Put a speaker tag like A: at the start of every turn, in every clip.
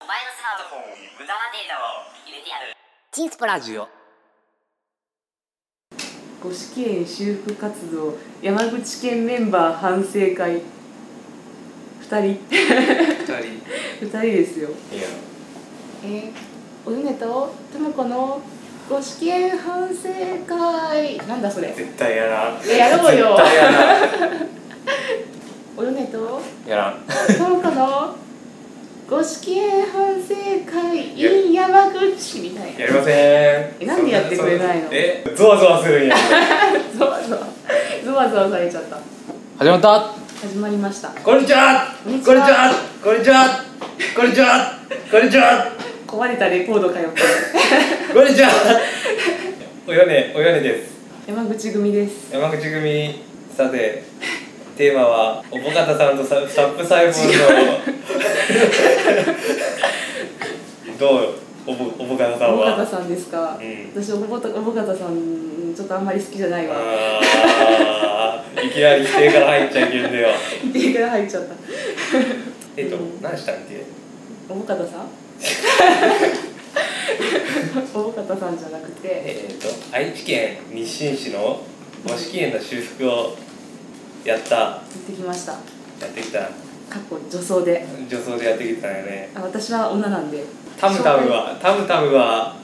A: お前のスマートフォンに無駄なデータを入れてやる
B: チンスポラジオ
C: 五子経営修復活動山口県メンバー反省会二人
D: 二人
C: 二人ですよ
D: いや
E: えー、おゆねとともこのご試験反省会なんだそ れ
D: 絶対やらん
E: えやろうよ
D: 絶対やらん
E: おゆねと
D: やらん
E: ともこのご試験反省会 in 山口みたいな
D: やりません
C: えなんでやってくれないの
D: そんえゾワゾワするんや
E: ゾワゾワゾワゾワされちゃった
B: 始まった
E: 始まりました
D: こんにちは
E: こんにちは
D: こんにちはこんにちはこんにちは
C: 壊れたレコード 通って
D: こんにちはおよねおよねです
C: 山口組です
D: 山口組さてテーマはおぼかたさんとササップ細胞のどうおぼおぼかたさん
C: 尾形
D: は
C: さんですか、
D: うん
C: 私尾形尾形さんちょっとあんまり好きじゃないわ
D: あーいきなり否定から入っちゃいけんだよ
C: 言ってから入っちゃった
D: えっと何したっけ
C: 尾形さん 尾形さんじゃなくて
D: えっと愛知県日進市の母子園の修復をやったや
C: 行ってきました
D: ってきた
C: かっこ女装で
D: 女装でやってきたよね
C: あ私は女なんで
D: タムタムはタムタムは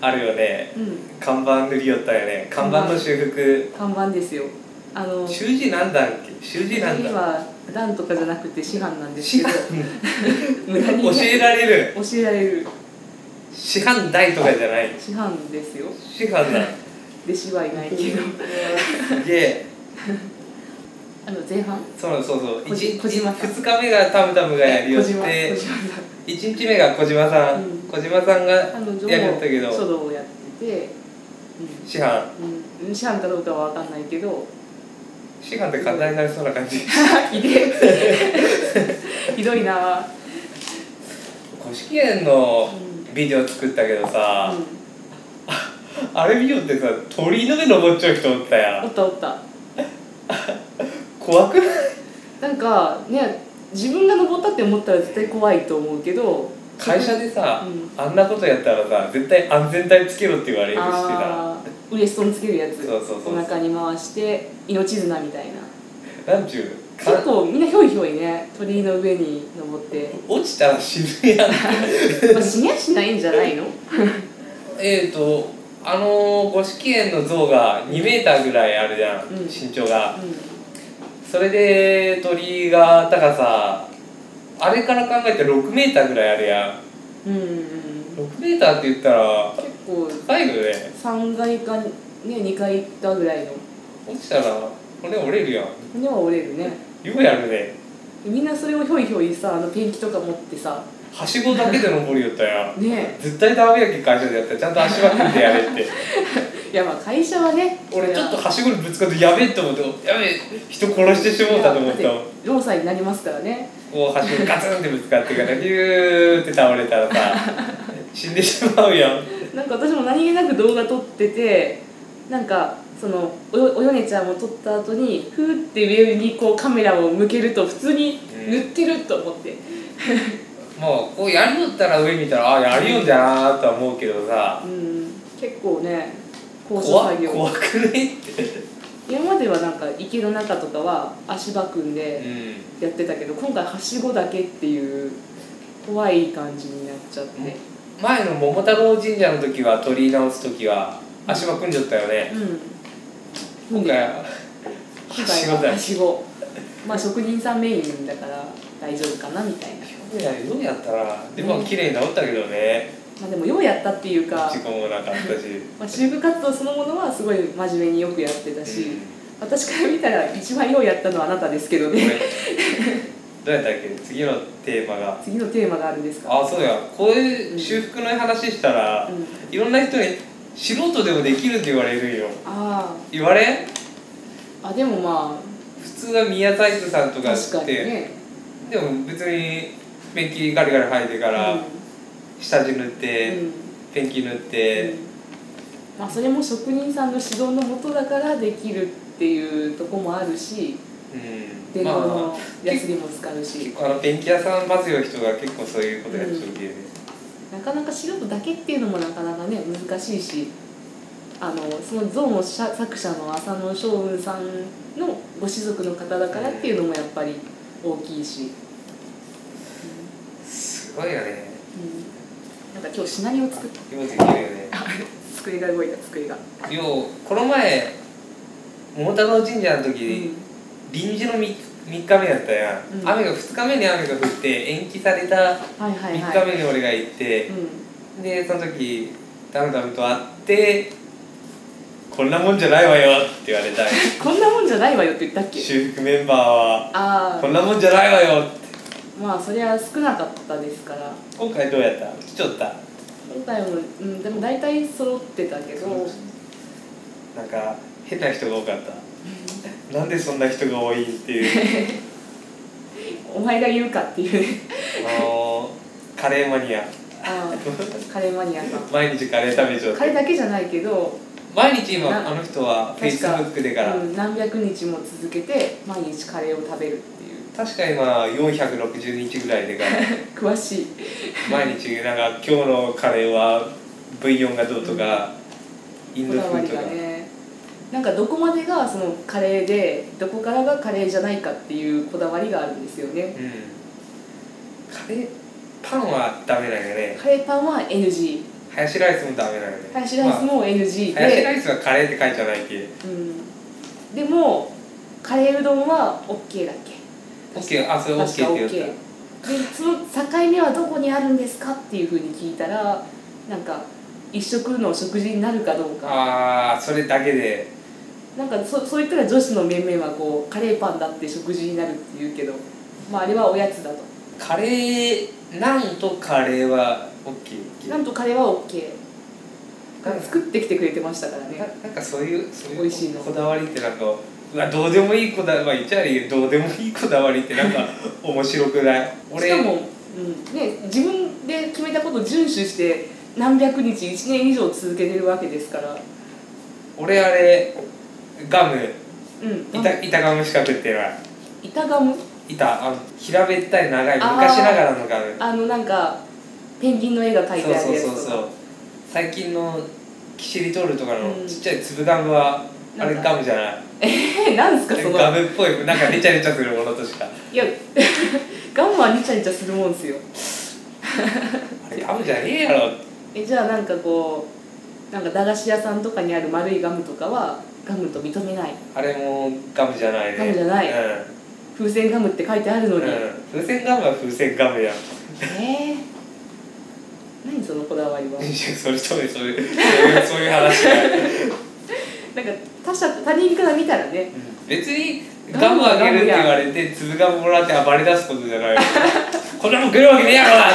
D: あるよね
C: うん
D: 看板塗りよったよね看板の修復
C: 看板ですよあの
D: 習字なんだっけ習字なん
C: 次
D: だ
C: は段とかじゃなくて師範なんです
D: 師
C: けど
D: 範
C: 無駄に
D: 教えられる
C: 教えられる
D: 師範代とかじゃない
C: 師範ですよ
D: 師範 だ
C: 弟子はいないけど
D: すげえ
C: あの前半
D: そうそうそう
C: こじ
D: 一
C: 小島さん
D: 二日目がタムタムがやりよ
C: 小
D: っ
C: 島
D: て
C: 小島さん
D: 1日目が小島さん、
C: うん
D: 小島さんがや
C: 彼女
D: りよったけ
C: も書
D: ど
C: 道をやってて、
D: 師範
C: うんうん、師範かどうかは分かんないけど
D: 師範って簡単になりそうな感じ
C: ひでえ ひどいな、
D: 古式園の
C: うん
D: ビデオ作ったけどさ、
C: う
D: あれビデオってさ鳥居の上登っちゃう人おったや
C: ん、お
D: ん
C: ったおった
D: 怖くない
C: なんかね自分が登ったって思ったら絶対怖いと思うけど
D: 会社でさ、
C: うん
D: あんなことやったらさ絶対安全帯つけろって言われるしさ
C: あーウエストにつけるやつ
D: そうそうそう
C: お腹に回して命綱みたいな
D: なんちゅう
C: 結
D: か
C: 構みんなひょいひょいね鳥居の上に 登って、
D: 落ちたら死ぬやん
C: まあ、死にゃしないんじゃないの
D: えーとあの五色園の像が2メーターぐらいあるじゃん、
C: うん
D: 身長が、
C: う
D: それで鳥居が高さあれから考えて6メーターぐらいあるやん
C: ん、うんうん、
D: 6メーターって言ったら
C: 結構
D: 高いよね
C: 3階か、ね、2階かぐらいの
D: 落ちたら骨折れるやん
C: 骨は折れるね
D: ようやるね
C: みんなそれをひょいひょいさあのペンキとか持ってさ
D: はしごだけで登りよったやん
C: ね
D: 絶対ダメやけん会社でやったらちゃんと足場組んでやれって
C: いやまあ会社はね
D: 俺ちょっとはしごにぶつかってやべえと思ってやべえ人殺してしもうたと思った
C: いや
D: もん
C: だって労災になりますからね
D: こうはしごガツンってぶつかってからビューって倒れたらさ死んでしまうやん
C: なんか私も何気なく動画撮っててなんかそのおよおよねちゃんも撮った後にふーって上にこうカメラを向けると普通に塗ってると思って、
D: もうこうやりよったら上見たらあやりよんじゃなーとは思うけどさ
C: うん、結構ね高所
D: 怖
C: 作業
D: 怖くねって
C: 今まではなんか池の中とかは足場組んで
D: う
C: やってたけど今回はしごだけっていう怖い感じになっちゃって、
D: ん前の桃太郎神社の時は取り直す時は足場組んじゃったよね
C: うん、
D: 今回は
C: 今
D: はし
C: 回
D: ご
C: は
D: だ
C: は
D: し
C: しごまあ職人さんメインだから大丈夫かなみたいな。
D: いやようやったらでも綺麗に直ったけどね
C: まあ、でもようやったっていうか、
D: 事故もなかったし
C: まあ、修復活動そのものはすごい真面目によくやってたし、
D: うん
C: 私から見たら一番ようやったのはあなたですけど
D: これ
C: ね
D: どうやったっけ次のテーマが
C: 次のテーマがあるんですか
D: あそうやこういう修復の話したら、
C: うん
D: いろんな人に素人でもできるって言われるよ
C: あ
D: 言われん
C: ああでもま
D: 普通は宮細工さんと
C: あ
D: かっ
C: 確
D: て
C: かにね、
D: でも別にペンキガリガリ生えてから、下地塗っ
C: うん
D: て、
C: うん
D: ペンキ塗って、
C: まあ、それも職人さんの指導のもとだからできるっていうとこもあるし
D: うん
C: 電動
D: ま
C: の
D: あ
C: やつにも使うし
D: 結、構あの電気屋さんバズる人が結構そういうことやってるんで、
C: なかなか素人だけっていうのもなかなかね難しいしあのそのゾーンを作作者の浅野翔雲さんのご子族の方だからっていうのもやっぱり大きいし、
D: すごいよね
C: うん、なんか今日シナリオ作っ
D: 気持ちいけるよね
C: た 机が動いた机が、
D: ようこの前桃太郎神社の
C: う
D: 時、
C: ん
D: 臨時の 3, 日目だったやん、
C: うん
D: 雨が2日目に雨が降って延期された
C: はいはいはい
D: 3日目に俺が行って、でその時ダムダムと会って「こんなもんじゃないわよ」って言われ たんよ
C: こんなもんじゃないわよって言ったっけ
D: 修復メンバーは「
C: あ
D: こんなもんじゃないわよ」って
C: あまあそりゃ少なかったですから
D: 今回どうやった来ちょった
C: 今回も、うん、でも大体揃ってたけど
D: なんか変な人が多かったなんでそんな人が多いって いう
C: お前が言うかっていうね
D: あのカレーマニア
C: ああカレーマニアさん
D: 毎日カレー食べちゃう
C: カレーだけじゃないけど、
D: 毎日今
C: な
D: あの人はフェイ
C: 確
D: スブ
C: か
D: ックでから、
C: うん、何百日も続けて毎日カレーを食べるっていう
D: 確か今460日ぐらい でから
C: 詳しい
D: 毎日なんか今日のカレーはブイヨンがどうとか、イン
C: こ
D: ド
C: だ
D: 風
C: わり
D: と
C: が
D: か、
C: ねなんかどこまでがそのカレーでどこからがカレーじゃないかっていうこだわりがあるんですよね
D: うんカレーパンはダメなんよね
C: カレーパンは NG
D: ハヤシライスもダメなんよね
C: ハヤシライスも NG
D: まあハヤシ
C: で、
D: ライスはカレーって書いてないけ
C: うん、でもカレーうどんは OK だっけ
D: オッケーあそれオッケ
C: 確か
D: ー
C: OK
D: って言っ
C: でその境目はどこにあるんですかっていうふうに聞いたらなんか一食の食事になるかどう
D: た
C: か
D: ああそれだけで
C: なんかそそういったら女子の面々はこうカレーパンだって食事になるって言うけど、まあ、あれはおやつだと
D: カレーなんとカレーはオッケー
C: なんとカレーは OK 作ってきてくれてましたから
D: な
C: ね
D: なんかそういうそう
C: 美味しい
D: いう
C: の
D: こだわりってなんかうわどうでもいいこだわり、まあ、言っちゃあれ言うどうでもいいこだわりって なんか面白くない
C: し
D: 俺
C: かも、うんね、自分で決めたことを遵守して何百日1年以上続けてるわけですから
D: 俺あれガム
C: うん
D: 板板ガムしか食ってない
C: 板ガム
D: 板あの平べったい長い
C: あー
D: 昔ながらのガム
C: あのなんかペンギンの絵が描いてあ
D: そ
C: る
D: う
C: や
D: そうそう
C: つ
D: そ
C: とか
D: う最近のキシリトールとか
C: う
D: の
C: ん
D: ちっちゃい粒ガムは、あれ
C: なんか
D: ガムじゃない
C: えなんですかその
D: ガムっぽいなんかレチャレチャするものとしか
C: いや ガムはニチャニチャするもんですよ
D: あれガムじゃねえやろ
C: えじゃあなんかこうなんか駄菓子屋さんとかにある丸いガムとかはガムと認めない
D: あれもガムじゃないね
C: ガムじゃない
D: うん
C: 風船ガムって書いてあるの
D: う
C: に、
D: ん、風船ガムは風船ガムやんい
C: えー、何そのこだわりは
D: やそれとねそれそう いうそういう話だよ
C: なんか他者他人から見たらね
D: 別にガムあげるって言われて粒ガムもらって暴れ出すことじゃないよこんなもん食えるわけねえやろなっ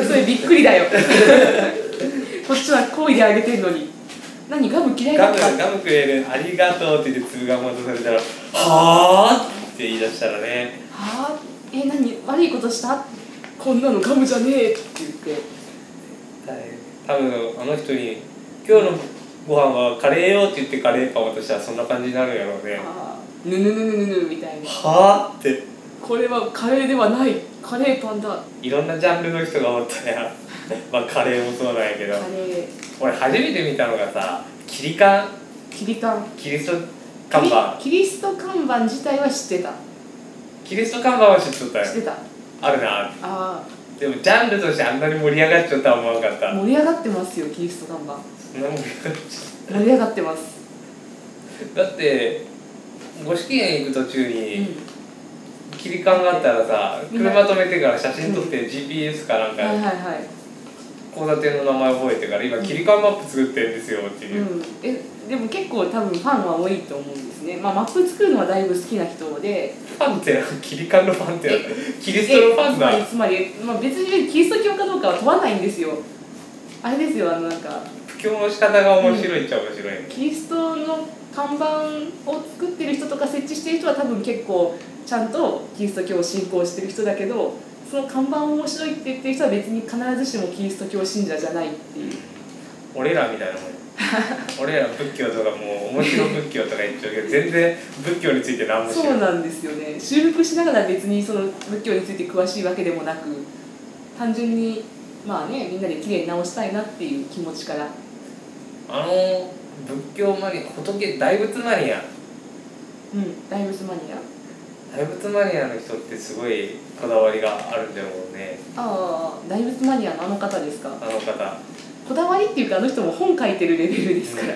D: て
C: それびっくりだよ こっちは好意であげてんのに何ガム嫌い
D: ガ
C: だっ
D: ム
C: た
D: ガム食えるありがとうって言って粒ガム渡されたらはあって言い出したらね
C: はあえ何悪いことしたこんなのガムじゃねえって言って
D: 多分あの人に「今日のご飯はカレーよ」って言ってカレーパン渡したらそんな感じになるやろうね
C: あーぬぬぬぬぬぬみたいな
D: はあって
C: これはカレーではないカレーパンだ
D: いろんなジャンルの人がおったやん まあカレーもそうなんやけど
C: カレー
D: 俺初めて見たのがさキリカン
C: キリカン
D: キリスト看板
C: キリキリスト看板自体は知ってた
D: キリスト看板は知っとったよ
C: 知ってた
D: あるな
C: あ
D: でもジャンルとしてあんなに盛り上がっちゃったは思わんかった
C: あ盛り上がってますよキリスト看板
D: そんなもん盛り上がっち
C: 盛り上がってます
D: ゃだって五色園行く途中
C: う
D: に
C: ん
D: キリカンがあったらさ
C: みんな
D: 車止めてから写真撮って GPS かなんか
C: はいはいはい
D: 交差点の名前覚えてから今キリカンマップ作ってるんですよっていうう、
C: ん、えでも結構多分ファンは多いと思うんですね、まあ、マップ作るのはだいぶ好きな人で
D: ファンってなキリカンのファンってなキリ
C: え
D: ストのファンだ
C: つまりつまり、まあ、別にキリスト教かどうかは問わないんですよあれですよあのなんか
D: 布教の仕方が面白いっちゃ面白いね、
C: キリストの看板を作ってる人とか設置してる人は多分結構ちゃんとキリスト教を信仰してる人だけどその看板面白いって言ってる人は別に必ずしもキリスト教信者じゃないっていう
D: 俺らみたいなもん俺ら仏教とかもう面白仏教とか言っちゃうけど全然仏教について何も知
C: そ
D: らな
C: う
D: い
C: なんですよね修復しながら別にその仏教について詳しいわけでもなく単純にまあねみんなで綺麗に直したいなっていう気持ちから
D: あの仏教マニア仏大仏マニア
C: うん大仏マニア
D: 大仏マニアの人ってすごいこだわりがあるんだろうね
C: ああ大仏マニアのあの方ですか
D: あの方
C: こだわりっていうかあの人も本書いてるレベルですから、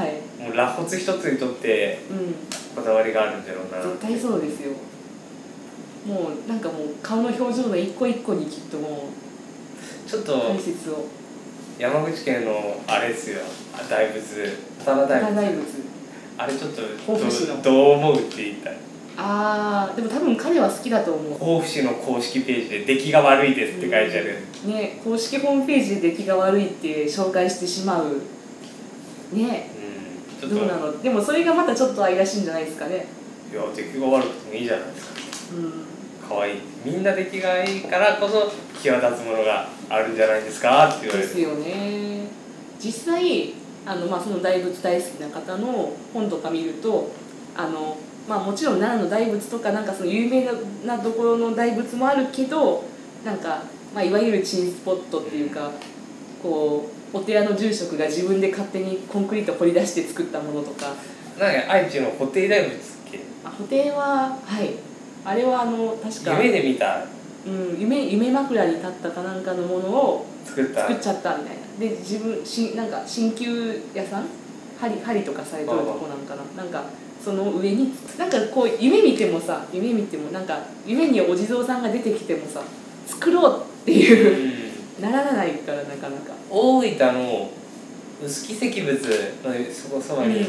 C: はい
D: うんもう螺髪一つにとって
C: うん
D: こだわりがあるんだろうな
C: 絶対そうですよもうなんかもう顔の表情の一個一個にきっともう
D: ちょっと
C: 解説を
D: 山口県のあれですよあ大仏刀大
C: 大
D: 仏
C: 大仏
D: あれちょっと
C: 甲府市の
D: どどう思うって言いたい
C: ああでも多分彼は好きだと思
D: 甲府市の公式ページで出来が悪いですって書いてある、
C: うね公式ホームページで出来が悪いって紹介してしまうね
D: うん、ちょっと
C: どうなのでもそれがまたちょっと愛らしいんじゃないですかね
D: いや出来が悪くてもいいじゃないですか
C: うん
D: 可愛いみんな出来がいいからこそ際立つものがあるんじゃないですかって言われ
C: で
D: る
C: すよね実際あの、まあ、その大仏大好きな方の本とか見るとあの、まあ、もちろん奈良の大仏とかなんかその有名なところの大仏もあるけどなんか、まあ、いわゆる珍スポットっていうかこうお寺の住職が自分で勝手にコンクリート掘り出して作ったものとか
D: なんか愛知の布袋大仏っけ
C: あ補袋ははいあれはあの確か
D: 夢で見た
C: うん、夢夢枕に立ったかなんかのものを
D: 作った
C: 作っちゃったみたいなで自分しなんか鍼灸屋さん針針とかされてるとこなんかななんかその上になんかこう夢見てもさ夢見てもなんか夢にお地蔵さんが出てきてもさ作ろうって
D: う
C: いう
D: ん
C: ならないからなかなか、
D: 大分の臼杵石仏のそこそば
C: うん
D: に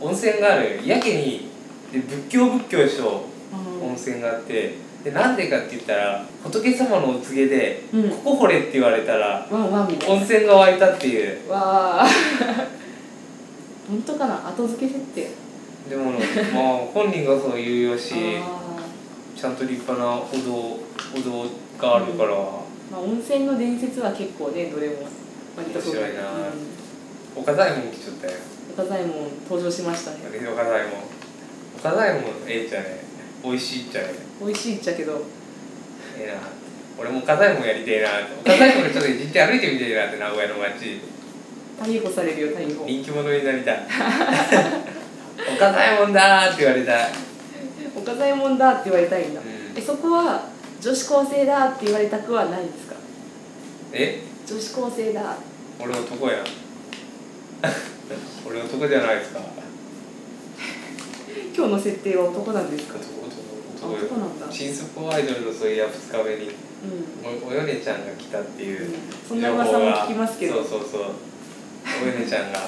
D: 温泉があるやけにで仏教仏教でしょ温泉があってでなんでかって言ったら仏様のお告げで「
C: うん
D: ここ掘れ」って言われたら
C: ワンワンみたいな
D: 温泉が湧いたっていう
C: わあ 本当かな後付け設定
D: でもまあ本人がそう言うよし
C: あー
D: ちゃんと立派な歩道歩道があるから
C: まあ、温泉の伝説は結構ねどれも割とそう
D: 面白いな
C: うん
D: 岡左衛門来ちゃったよ
C: 岡左衛門登場しましたね
D: 岡左衛門岡左衛門ええじゃね美味しいっちゃね
C: 美味しいっちゃけど
D: ええな俺も岡左衛門やりてえな岡左衛門でちょっと一日歩いてみてえなって名古屋の街
C: 逮捕されるよ逮捕
D: 人気者になりたい 岡左衛門だーって言われたい
C: 岡左衛門だって言われたいんだ、
D: うん
C: えそこは女子高生だって言われたくはないんですか
D: え
C: 女子高生だ
D: 俺男やん 俺男じゃないですか
C: 今日の設定は男なんですか
D: 男男
C: あ
D: 男
C: 男なんだ
D: チンスポアイドルのそういや2日目に
C: うん
D: おおよねちゃんが来たっていう
C: うんそんな噂も聞きますけど
D: 情報がそうそうそうおよねちゃんが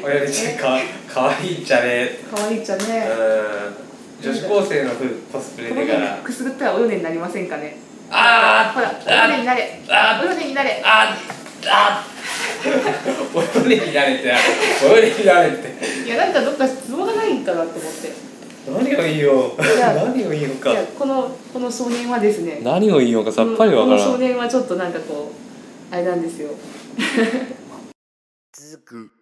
D: およねちゃん かかわいいんじゃね
C: 可愛いじゃ
D: う
C: ね
D: ん女子高生のふコスプレ
C: この
D: だから
C: 辺くすぐったらおよねになりませんかね
D: あ
E: ほら
D: ー
E: およねになれ
D: あ
E: およねになれ
D: ああ およねになれておよねになれって
C: いやなんかどっか質問がないんかなと思って
D: 何をいいよ
C: や
D: 何をいいのか
C: いやこのこの少年はですね
D: 何をいいのかさっぱりわ
C: こ
D: か
C: の
D: ら
C: 少
D: ん
C: 年はちょっとなんかこうあれなんですよ
B: 続く